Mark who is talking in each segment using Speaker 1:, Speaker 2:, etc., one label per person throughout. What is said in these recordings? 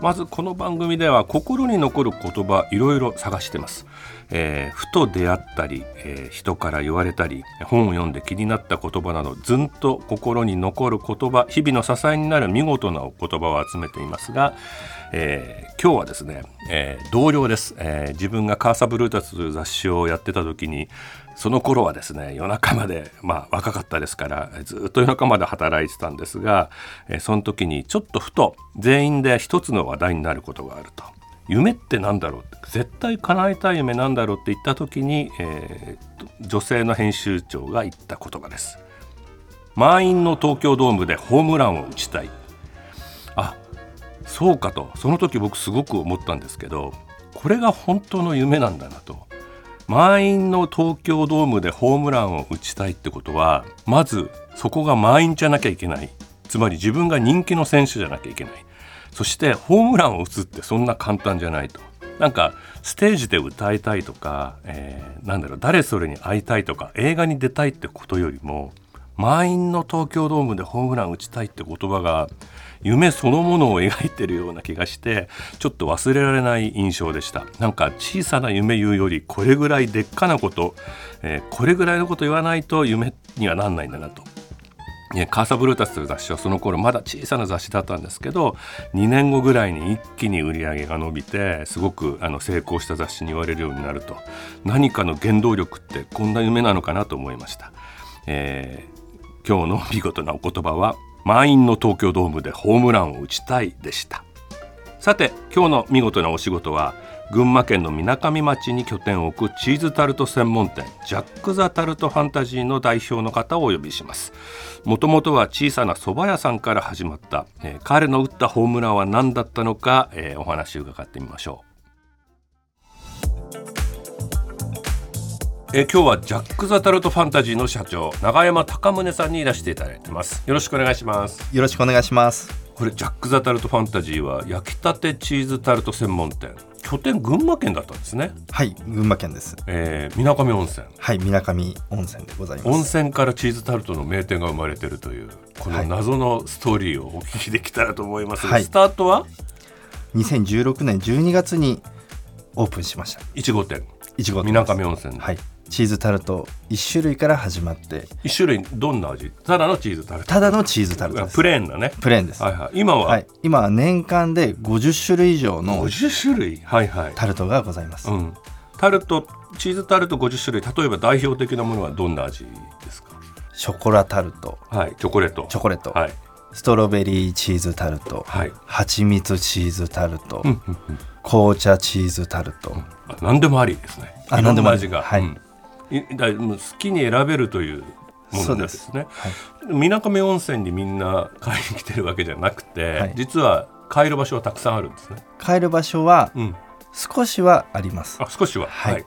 Speaker 1: まずこの番組では心に残る言葉いろいろ探してます、えーふと出会ったり、えー人から言われたり本を読んで気になった言葉などずんと心に残る言葉日々の支えになる見事なお言葉を集めていますが、えー今日はですね、えー同僚です、えー自分がカーサブルータスという雑誌をやってた時にその頃はですね夜中まで、まあ、若かったですからえーずっと夜中まで働いてたんですが、えーその時にちょっとふと全員で一つの話題になることがあると夢ってなんだろう絶対叶えたい夢なんだろうって言った時に、えー女性の編集長が言った言葉です。満員の東京ドームでホームランを打ちたいあそうかとその時僕すごく思ったんですけどこれが本当の夢なんだなと満員の東京ドームでホームランを打ちたいってことはまずそこが満員じゃなきゃいけないつまり自分が人気の選手じゃなきゃいけないそしてホームランを打つってそんな簡単じゃないとなんかステージで歌いたいとか、えーなんだろう誰それに会いたいとか映画に出たいってことよりも満員の東京ドームでホームラン打ちたいって言葉が夢そのものを描いてるような気がしてちょっと忘れられない印象でしたなんか小さな夢言うよりこれぐらいでっかなこと、えーこれぐらいのこと言わないと夢にはなんないんだなといやカーサブルータスという雑誌はその頃まだ小さな雑誌だったんですけど2年後ぐらいに一気に売り上げが伸びてすごくあの成功した雑誌に言われるようになると何かの原動力ってこんな夢なのかなと思いました、えー今日の見事なお言葉は満員の東京ドームでホームランを打ちたいでしたさて今日の見事なお仕事は群馬県のみなかみ町に拠点を置くチーズタルト専門店ジャック・ザ・タルト・ファンタジーの代表の方をお呼びしますもともとは小さな蕎麦屋さんから始まった、えー彼の打ったホームランは何だったのか、えーお話を伺ってみましょう、えー今日はジャック・ザ・タルト・ファンタジーの社長永山貴宗さんにいらしていただいてますよろしくお願いします
Speaker 2: よろしくお願いします。
Speaker 1: これジャック・ザ・タルト・ファンタジーは焼きたてチーズタルト専門店拠点群馬県だったんですね
Speaker 2: はい、群馬県です。
Speaker 1: えーみなかみ温泉
Speaker 2: はい、水上温泉でございます。
Speaker 1: 温泉からチーズタルトの名店が生まれてるというこの謎のストーリーをお聞きできたらと思いますが、
Speaker 2: はい
Speaker 1: スタートは
Speaker 2: 2016年12月にオープンしました。
Speaker 1: 1号店
Speaker 2: いちご
Speaker 1: みなかみ温泉で、
Speaker 2: はい、チーズタルト1種類から始まって、
Speaker 1: 一種類どんな味ただのチーズタルト
Speaker 2: ただのチーズタルトです。
Speaker 1: プレーンだね
Speaker 2: プレーンです。
Speaker 1: はいはい今は
Speaker 2: はい、今は年間で50種類以上の
Speaker 1: 50種類はいはい、
Speaker 2: タルトがございます。
Speaker 1: うん、タルトチーズタルト50種類例えば代表的なものはどんな味ですか
Speaker 2: ショコラタルト、
Speaker 1: はいチョコレート
Speaker 2: チョコレート、
Speaker 1: はい
Speaker 2: ストロベリーチーズタルト、
Speaker 1: はい
Speaker 2: 蜂蜜チーズタルト、
Speaker 1: うんうんうん
Speaker 2: 紅茶チーズタルト、
Speaker 1: あ何でもありですね。
Speaker 2: あ
Speaker 1: いろん
Speaker 2: 何で
Speaker 1: な
Speaker 2: もあり
Speaker 1: 味が、
Speaker 2: はい
Speaker 1: うんいだもう好きに選べるというものなんですね。みなかみ温泉にみんな買いに来てるわけじゃなくて、
Speaker 2: はい
Speaker 1: 実は買える場所はたくさんあるんですね。
Speaker 2: 帰る場所は
Speaker 1: うん、
Speaker 2: 少しはあります。
Speaker 1: あ少しは、は
Speaker 2: はいい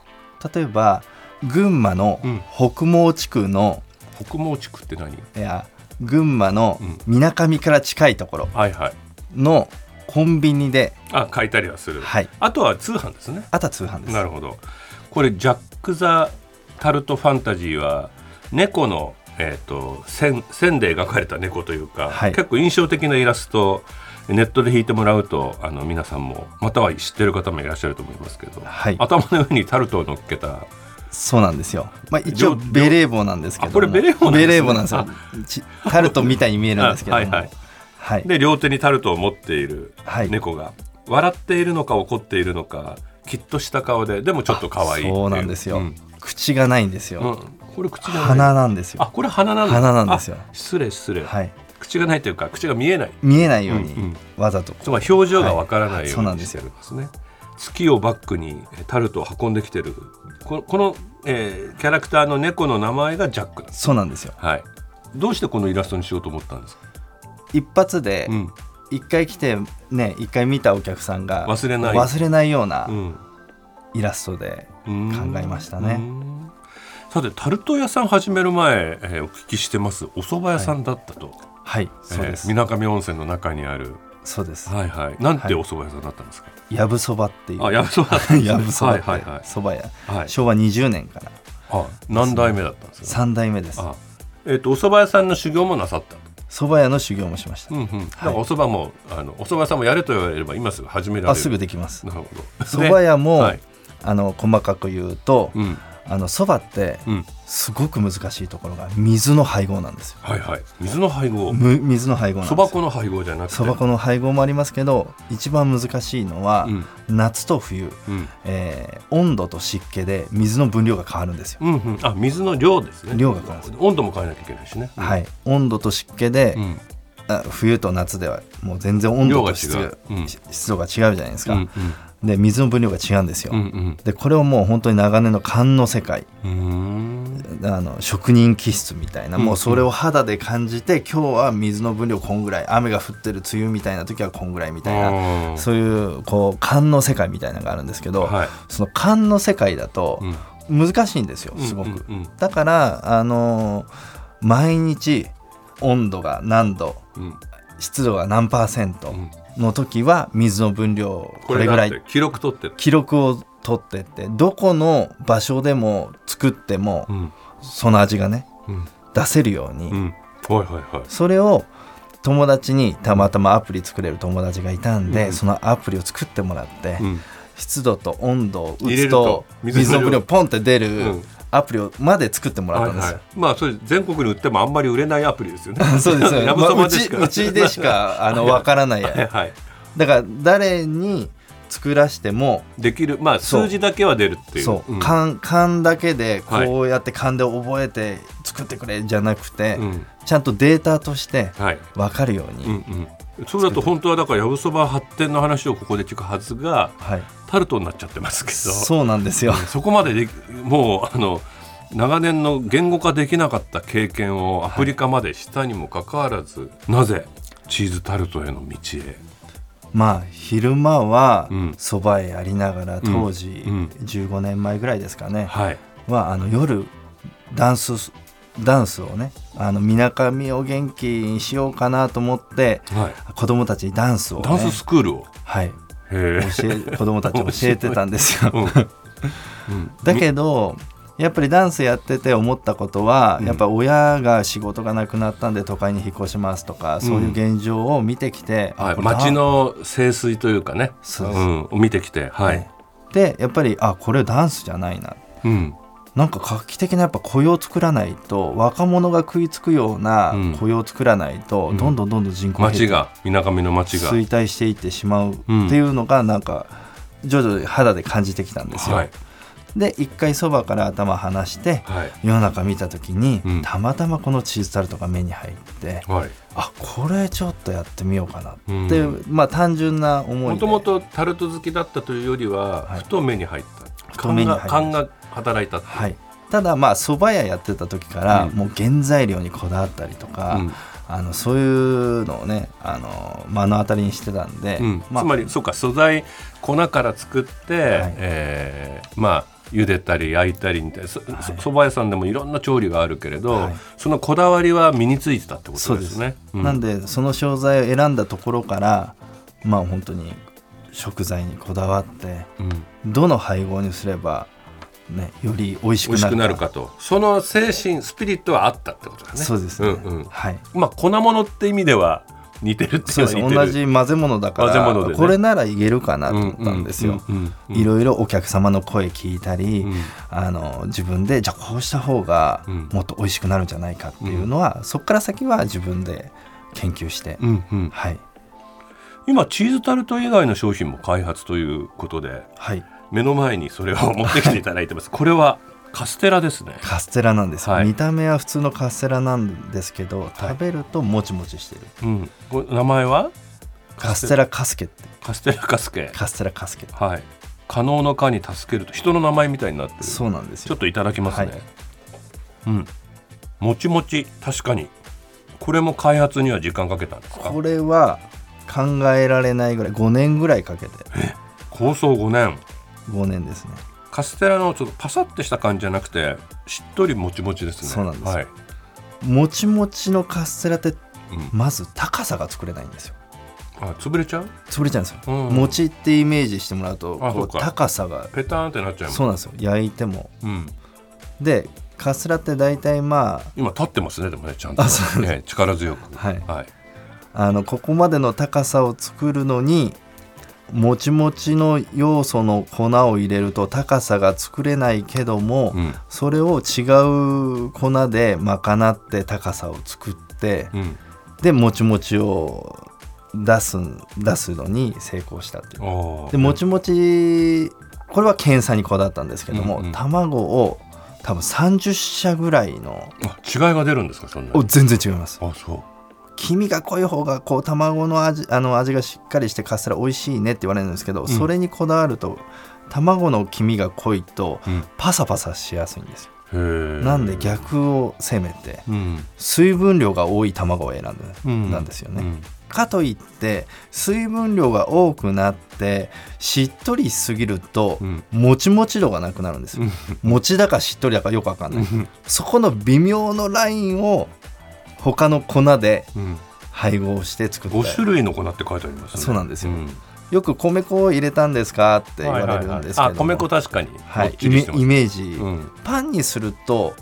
Speaker 2: 例えば群馬の
Speaker 1: うん
Speaker 2: 北毛地区の、
Speaker 1: 北毛地区って何
Speaker 2: いや群馬の
Speaker 1: うん
Speaker 2: みなかみから近いところ
Speaker 1: はいはい。
Speaker 2: のコンビニで、
Speaker 1: あ買いたりはする。
Speaker 2: はい、
Speaker 1: あとは通販ですね。
Speaker 2: あとは通販です
Speaker 1: なるほど。これジャック・ザ・タルト・ファンタジーは猫の、えー、と線線で描かれた猫というか、
Speaker 2: はい
Speaker 1: 結構印象的なイラストネットで引いてもらうとあの皆さんもまたは知ってる方もいらっしゃると思いますけど、
Speaker 2: はい
Speaker 1: 頭の上にタルトを乗っけた
Speaker 2: そうなんですよ、まあ、一
Speaker 1: 両
Speaker 2: 応
Speaker 1: 両
Speaker 2: ベレー帽なんですけども
Speaker 1: あこれベレー帽なんですね
Speaker 2: ベレー帽なんですよちタルトみたいに見えるんですけど
Speaker 1: あ
Speaker 2: も
Speaker 1: はいはい
Speaker 2: はい
Speaker 1: で両手にタルトを持っている
Speaker 2: はい
Speaker 1: 猫が、笑っているのか怒っているのかきっとした顔ででもちょっと可愛いってい
Speaker 2: そうなんですよ、
Speaker 1: うん
Speaker 2: 口がないんです
Speaker 1: う
Speaker 2: よ、
Speaker 1: んこれ口じゃない
Speaker 2: 鼻なんです
Speaker 1: あ
Speaker 2: よ
Speaker 1: これ鼻なんだ
Speaker 2: 鼻なんですよ
Speaker 1: あ失礼失礼、
Speaker 2: はい
Speaker 1: 口がないというか口が見えない
Speaker 2: 見えないように、
Speaker 1: うんうん
Speaker 2: わざと
Speaker 1: つまり表情がわからないよう
Speaker 2: はいそうなん
Speaker 1: に
Speaker 2: です
Speaker 1: して
Speaker 2: よ
Speaker 1: るんですね、月をバックにえタルトを運んできてるここの、えーキャラクターの猫の名前がジャックなんです、
Speaker 2: そうなんですよ
Speaker 1: はい、どうしてこのイラストにしようと思ったんですか、
Speaker 2: 一発で、
Speaker 1: うん
Speaker 2: 一回来てね一回見たお客さんが
Speaker 1: 忘れない
Speaker 2: 忘れないような
Speaker 1: うん
Speaker 2: イラストで考えましたね
Speaker 1: ねさてタルト屋さん始める前、えーお聞きしてますお蕎麦屋さんだったと、
Speaker 2: はい
Speaker 1: えー
Speaker 2: そうです、
Speaker 1: 水上温泉の中にある
Speaker 2: そうです
Speaker 1: はいはいなんてお蕎麦屋さんだったんですか、
Speaker 2: やぶそばっていう
Speaker 1: あやぶそばだったんですね
Speaker 2: やぶそばって
Speaker 1: はいはいはい
Speaker 2: そば屋
Speaker 1: はい
Speaker 2: 昭和20年から
Speaker 1: あ何代目だったんですか
Speaker 2: 3代目です
Speaker 1: あえっ、とお蕎麦屋さんの修行もなさった
Speaker 2: そば屋の修行もしました
Speaker 1: うんうん、だからお蕎麦もあのお蕎麦屋さんもやれと言われれば今すぐ始められる
Speaker 2: あすぐできます
Speaker 1: なるほど
Speaker 2: そば屋も、
Speaker 1: はい
Speaker 2: あの細かく言うと
Speaker 1: うん
Speaker 2: あのそばって
Speaker 1: うん
Speaker 2: すごく難しいところが水の配合なんですよ
Speaker 1: はいはい水の配合
Speaker 2: む水の配合なんです
Speaker 1: そ
Speaker 2: よ
Speaker 1: ば粉の配合じゃなくて
Speaker 2: そば粉の配合もありますけど一番難しいのは、
Speaker 1: うん
Speaker 2: 夏と冬、
Speaker 1: うん
Speaker 2: えー温度と湿気で水の分量が変わるんですよ、
Speaker 1: うんうん、あ水の量ですね
Speaker 2: 量が変わる
Speaker 1: 温度も変えなきゃいけないしね、
Speaker 2: はい温度と湿気で、
Speaker 1: うん
Speaker 2: あ冬と夏ではもう全然温度と湿
Speaker 1: 量が違ううん
Speaker 2: し湿度が違うじゃないですか、
Speaker 1: うん
Speaker 2: で水の分量が違うんですよ、
Speaker 1: うんうん
Speaker 2: でこれをもう本当に長年の勘の世界
Speaker 1: うんうーん
Speaker 2: あの職人気質みたいな
Speaker 1: うん
Speaker 2: もうそれを肌で感じて今日は水の分量こんぐらい雨が降ってる梅雨みたいな時はこんぐらいみたいな
Speaker 1: あー
Speaker 2: そういうこう勘の世界みたいなのがあるんですけど、
Speaker 1: はい
Speaker 2: その勘の世界だと
Speaker 1: うん
Speaker 2: 難しいんですよすごく。
Speaker 1: うんうんうん
Speaker 2: だからあのー毎日温度が何度
Speaker 1: うん
Speaker 2: 湿度が何パーセント
Speaker 1: ん
Speaker 2: の時は水の分量こ
Speaker 1: こ
Speaker 2: れ
Speaker 1: れ
Speaker 2: ぐ
Speaker 1: ぐ
Speaker 2: ら
Speaker 1: ら
Speaker 2: い
Speaker 1: い記録取ってる、
Speaker 2: 記録を取ってってどこの場所でも作っても
Speaker 1: ん
Speaker 2: その味がね
Speaker 1: うん
Speaker 2: 出せるよう
Speaker 1: う
Speaker 2: に
Speaker 1: ん、はいはいはい
Speaker 2: それを友達にたまたまアプリ作れる友達がいたんで、
Speaker 1: うん
Speaker 2: そのアプリを作ってもらって、
Speaker 1: うん
Speaker 2: 湿度と温度を打
Speaker 1: 入れ
Speaker 2: つ
Speaker 1: る
Speaker 2: と
Speaker 1: と
Speaker 2: 水の分量ポンって出
Speaker 1: う
Speaker 2: る
Speaker 1: ん
Speaker 2: アプリをまで作ってもらっ
Speaker 1: は
Speaker 2: た
Speaker 1: い
Speaker 2: んですよ。
Speaker 1: はい、まあそれ全国に売ってもあんまり売れないアプリですよね
Speaker 2: そ うですよね、
Speaker 1: やぶ
Speaker 2: ま
Speaker 1: そ
Speaker 2: あ、う
Speaker 1: ばで
Speaker 2: ち
Speaker 1: しか
Speaker 2: うちでしかあのわからな い
Speaker 1: はい
Speaker 2: や
Speaker 1: はい
Speaker 2: だから誰に作らしても
Speaker 1: できるまあ
Speaker 2: そう
Speaker 1: 数字だけは出るっていう
Speaker 2: そう、
Speaker 1: ん
Speaker 2: 勘勘だけで
Speaker 1: はい
Speaker 2: こうやって勘で覚えて作ってくれじゃなくて、
Speaker 1: うん
Speaker 2: ちゃんとデータとして
Speaker 1: はい
Speaker 2: 分かるように、
Speaker 1: うんうんそうだと本当はだからやぶそば発展の話をここで聞くはずが
Speaker 2: はい、
Speaker 1: タルトになっちゃってますけど
Speaker 2: そうなんですよ。
Speaker 1: そこまでできもうあの長年の言語化できなかった経験をアフリカまでしたにもかかわらず、なぜチーズタルトへの道へ
Speaker 2: まあ昼間は
Speaker 1: うん
Speaker 2: そばへやりながら当時
Speaker 1: うん
Speaker 2: 15年前ぐらいですかね
Speaker 1: はい
Speaker 2: はあの夜ダンスダンスをねあのみなかみを元気にしようかなと思って
Speaker 1: はい
Speaker 2: 子供たちにダンスを、ね、
Speaker 1: ダンススクールを
Speaker 2: はい
Speaker 1: へえ
Speaker 2: 教え子供たちに教えてたんですよ。
Speaker 1: うん うん
Speaker 2: だけどやっぱりダンスやってて思ったことは、
Speaker 1: うん
Speaker 2: やっぱ親が仕事がなくなったんで都会に引っ越しますとか、そういう現状を見てきて、
Speaker 1: はい、
Speaker 2: これダン
Speaker 1: 街の清水というかね
Speaker 2: そうです
Speaker 1: ん、見てきてはい、
Speaker 2: でやっぱりあこれダンスじゃないな
Speaker 1: うん
Speaker 2: なんか画期的なやっぱ雇用を作らないと若者が食いつくような
Speaker 1: うん
Speaker 2: 雇用を作らないと、
Speaker 1: うん
Speaker 2: どんどんどんどん人口が減
Speaker 1: 街
Speaker 2: って
Speaker 1: がみなかみの街が
Speaker 2: 衰退していってしまうっていうのがなんか徐々に肌で感じてきたんですよ。
Speaker 1: はい
Speaker 2: で一回そばから頭離して
Speaker 1: はい
Speaker 2: 世の中見た時に、
Speaker 1: うん
Speaker 2: たまたまこのチーズタルトが目に入って
Speaker 1: はい
Speaker 2: あこれちょっとやってみようかなって、
Speaker 1: うん
Speaker 2: まあ単純な思いで
Speaker 1: もともとタルト好きだったというよりは、
Speaker 2: はい
Speaker 1: ふと目に入った
Speaker 2: ふと目に入った
Speaker 1: 勘が勘が働いたっていう
Speaker 2: はい、ただまあ蕎麦屋やってた時から、
Speaker 1: うん
Speaker 2: もう原材料にこだわったりとか、
Speaker 1: うん
Speaker 2: あのそういうのをねあの目の当たりにしてたんで、
Speaker 1: うん
Speaker 2: まあ
Speaker 1: つまりそうか素材粉から作って、えーまあ茹でたり焼いたりみたいなそ
Speaker 2: い
Speaker 1: そそば、屋さんでもいろんな調理があるけれど、
Speaker 2: はい
Speaker 1: そのこだわりは身についてたってこ
Speaker 2: そ
Speaker 1: と
Speaker 2: う
Speaker 1: で
Speaker 2: です
Speaker 1: すね。う
Speaker 2: なんでその商材を選んだところからまあ本当に食材にこだわって
Speaker 1: うん
Speaker 2: どの配合にすれば、ね、より美味し
Speaker 1: 美
Speaker 2: く
Speaker 1: 味し
Speaker 2: な
Speaker 1: く
Speaker 2: る
Speaker 1: なるかとその精神スピリットはあったってことだね。
Speaker 2: そうですね、
Speaker 1: んうん
Speaker 2: はい
Speaker 1: まあ粉物って意味では似てるって
Speaker 2: そ
Speaker 1: いうう
Speaker 2: で
Speaker 1: の
Speaker 2: す
Speaker 1: は似てる
Speaker 2: 同じ混ぜ物だか
Speaker 1: 混ぜ
Speaker 2: ら、
Speaker 1: 物でね
Speaker 2: これならいけるかなと思ったんですよ、
Speaker 1: うんうんうんうん
Speaker 2: いろいろお客様の声聞いたり、
Speaker 1: うん
Speaker 2: あの自分でじゃあこうした方が
Speaker 1: うん
Speaker 2: もっと美味しくなるんじゃないかっていうのは、そこから先は自分で研究して、
Speaker 1: うんうん
Speaker 2: はい
Speaker 1: 今チーズタルト以外の商品も開発ということで
Speaker 2: はい
Speaker 1: 目の前にそれを持ってきていただいて ますこれはカステラですね
Speaker 2: カステラなんですよ、
Speaker 1: はい
Speaker 2: 見た目は普通のカステラなんですけど
Speaker 1: はい
Speaker 2: 食べるともちもちしてる、
Speaker 1: うん、これ名前は
Speaker 2: カステラカスケって
Speaker 1: カステラカスケ
Speaker 2: カステラカスケ
Speaker 1: はい可能の可に助けると人の名前みたいになってる
Speaker 2: そうなんです
Speaker 1: ちょ
Speaker 2: よ
Speaker 1: っといただきますね、
Speaker 2: はい
Speaker 1: うんもちもち確かにこれも開発には時間かけたんですか
Speaker 2: これは考えられないぐらい5年ぐらいかけて
Speaker 1: 構想5年
Speaker 2: 5年ですね
Speaker 1: カステラのちょっとパサッとした感じじゃなくてしっとりもちもちですね
Speaker 2: そうなんですよ
Speaker 1: はい
Speaker 2: もちもちのカステラって
Speaker 1: うん
Speaker 2: まず高さが作れないんですよ
Speaker 1: あ潰れちゃう
Speaker 2: 潰れちゃうんですよ、
Speaker 1: うん
Speaker 2: 餅ってイメージしてもらうと
Speaker 1: あそ
Speaker 2: こ
Speaker 1: う
Speaker 2: う
Speaker 1: か
Speaker 2: 高さが
Speaker 1: ペターンってなっちゃうもん
Speaker 2: そうなんですよ焼いても
Speaker 1: うん、
Speaker 2: でカステラって大体ま
Speaker 1: 今立ってますねでもねちゃんと
Speaker 2: あそう
Speaker 1: ね力強く
Speaker 2: あはい
Speaker 1: はい
Speaker 2: あのここまでの高さを作るのにもちもちの要素の粉を入れると高さが作れないけども、
Speaker 1: うん
Speaker 2: それを違う粉で賄って高さを作って、
Speaker 1: うん
Speaker 2: でもちもちを出す出すのに成功したっていう
Speaker 1: おー
Speaker 2: でもちもちこれは検査にこだわったんですけども、
Speaker 1: うんうん
Speaker 2: 卵を多分30社ぐらいの
Speaker 1: あ違いが出るんですかそんな
Speaker 2: お
Speaker 1: に
Speaker 2: 全然違います
Speaker 1: あそう
Speaker 2: 黄身が濃い方がこう卵の味あの味がしっかりしてカステラ美味しいねって言われるんですけど、
Speaker 1: ん
Speaker 2: それにこだわると卵の黄身が濃いと
Speaker 1: うん
Speaker 2: パサパサしやすいんですよ、
Speaker 1: へー
Speaker 2: なんで逆を攻めて
Speaker 1: うん
Speaker 2: 水分量が多い卵を選んで
Speaker 1: うん
Speaker 2: なんですよね、
Speaker 1: うん
Speaker 2: かといって水分量が多くなってしっとりしすぎると、
Speaker 1: うん
Speaker 2: もちもち度がなくなるんですよ、もちだかしっとりだかよくわかんない、そこの微妙のラインを他の粉で
Speaker 1: うん
Speaker 2: 配合して作
Speaker 1: 五
Speaker 2: っ
Speaker 1: 種
Speaker 2: た
Speaker 1: 類の粉って書いてありますね
Speaker 2: そうなんですよ
Speaker 1: ん
Speaker 2: よく米粉を入れたんですかって言われるんですけ
Speaker 1: はいはいはいあ
Speaker 2: ど
Speaker 1: 米
Speaker 2: も
Speaker 1: 粉確かに
Speaker 2: は
Speaker 1: も
Speaker 2: い
Speaker 1: っち
Speaker 2: イ
Speaker 1: り
Speaker 2: メ
Speaker 1: してます
Speaker 2: イメージ、
Speaker 1: うん
Speaker 2: パンにすると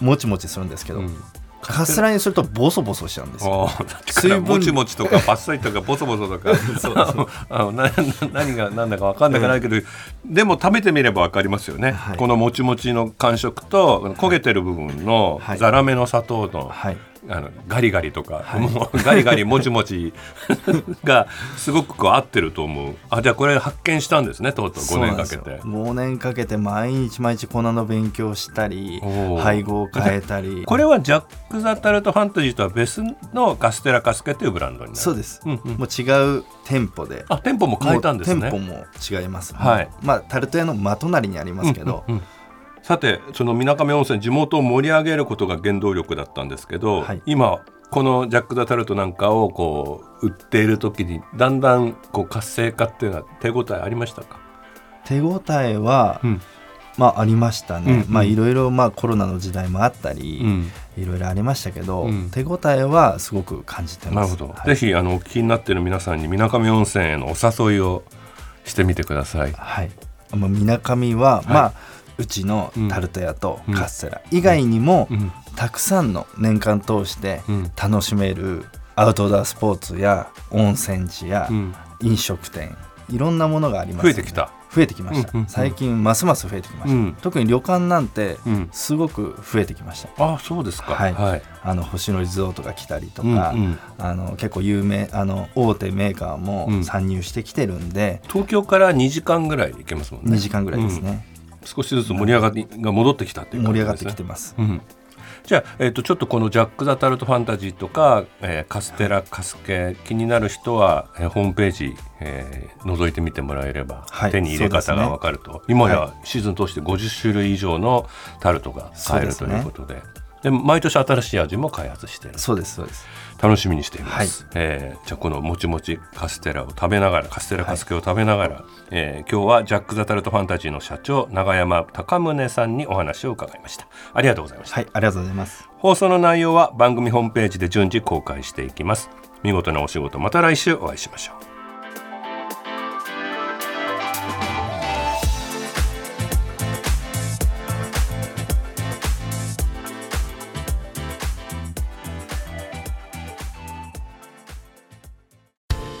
Speaker 2: もちもちするんですけど、
Speaker 1: うん
Speaker 2: カステラにするとボソボソしちゃうんです
Speaker 1: あ
Speaker 2: よ
Speaker 1: あ確かに
Speaker 2: 水分
Speaker 1: もちもちとかパッサリとかボソボソ とかあのな な何が何だか分かんなくないけど、でも食べてみれば分かりますよね、
Speaker 2: はい
Speaker 1: このもちもちの感触とこの焦げてる部分の
Speaker 2: はい
Speaker 1: ザラメの砂糖の,、
Speaker 2: はい
Speaker 1: あのガリガリとか、もうガリガリもちもちがすごくこう合ってると思うあじゃあこれ発見したんですねとうとう5年かけて。
Speaker 2: 5年かけて毎日毎日粉の勉強したり
Speaker 1: おー
Speaker 2: 配合を変えたり
Speaker 1: これはジャック・ザ・タルト・ファンタジーとは別のカステラ・カスケというブランドになる
Speaker 2: そうです、
Speaker 1: うんうん
Speaker 2: もう違う店舗で
Speaker 1: あ店舗も変えたんですね
Speaker 2: もう店舗も違います、
Speaker 1: はい
Speaker 2: まあタルト屋の真隣にありますけど、
Speaker 1: うんうんうんさてその水上温泉地元を盛り上げることが原動力だったんですけど、
Speaker 2: はい
Speaker 1: 今このジャック・ザ・タルトなんかをこう売っている時にだんだんこう活性化っていうのは手応えありましたか、
Speaker 2: 手応えは、
Speaker 1: うん
Speaker 2: まあありましたね、
Speaker 1: うんうん
Speaker 2: まあいろいろまあコロナの時代もあったり、いろいろありましたけど、
Speaker 1: うん
Speaker 2: 手応えはすごく感じて
Speaker 1: な
Speaker 2: ま
Speaker 1: る
Speaker 2: す
Speaker 1: ほど、
Speaker 2: はい
Speaker 1: ぜひあのお聞きになっている皆さんに水上温泉へのお誘いをしてみてください。
Speaker 2: はいまあみなかみは、まあうちのタルト屋とカステラ以外にも、
Speaker 1: うん
Speaker 2: たくさんの年間通して
Speaker 1: うん
Speaker 2: 楽しめるアウトドアスポーツや温泉地や
Speaker 1: うん
Speaker 2: 飲食店いろんなものがあります
Speaker 1: 増
Speaker 2: よ
Speaker 1: え
Speaker 2: ね、
Speaker 1: てきた、
Speaker 2: 増えてきました、
Speaker 1: うんうんうん
Speaker 2: 最近ますます増えてきました、
Speaker 1: うん
Speaker 2: 特に旅館なんて
Speaker 1: うん、
Speaker 2: すごく増えてきました
Speaker 1: あそうですか、
Speaker 2: はい
Speaker 1: はい
Speaker 2: あの星野リゾートが来たりと
Speaker 1: うん
Speaker 2: か、
Speaker 1: うん
Speaker 2: あの結構有名あの大手メーカー
Speaker 1: うん
Speaker 2: も参入してきてるんで、
Speaker 1: 東京から2時間ぐらいで行けますもんね
Speaker 2: 2時間ぐらいですね、
Speaker 1: 少しずつ盛り上がりが戻ってきたっていう感
Speaker 2: 盛り
Speaker 1: じ
Speaker 2: 上が
Speaker 1: で
Speaker 2: って
Speaker 1: すね
Speaker 2: きてます、
Speaker 1: うん、じゃあ、えっとちょっとこの「ジャック・ザ・タルト・ファンタジー」とか、えーカステラ・カスケ」気になる人は、えーホームページ、えー覗いてみてもらえれば、
Speaker 2: はい
Speaker 1: 手に入れ方がわかると、今やシーズン通して50種類以上のタルトが買えると
Speaker 2: そう
Speaker 1: い
Speaker 2: ですね
Speaker 1: うことで。で毎年新しい味も開発している
Speaker 2: そうですそうです
Speaker 1: 楽しみにしています、えーじゃあこのもちもちカステラを食べながらカステラカスケを食べながら、えー今日はジャック・ザ・タルト・ファンタジーの社長永山貴宗さんにお話を伺いましたありがとうございました
Speaker 2: はいありがとうございます
Speaker 1: 放送の内容は番組ホームページで順次公開していきます見事なお仕事また来週お会いしましょう
Speaker 3: ー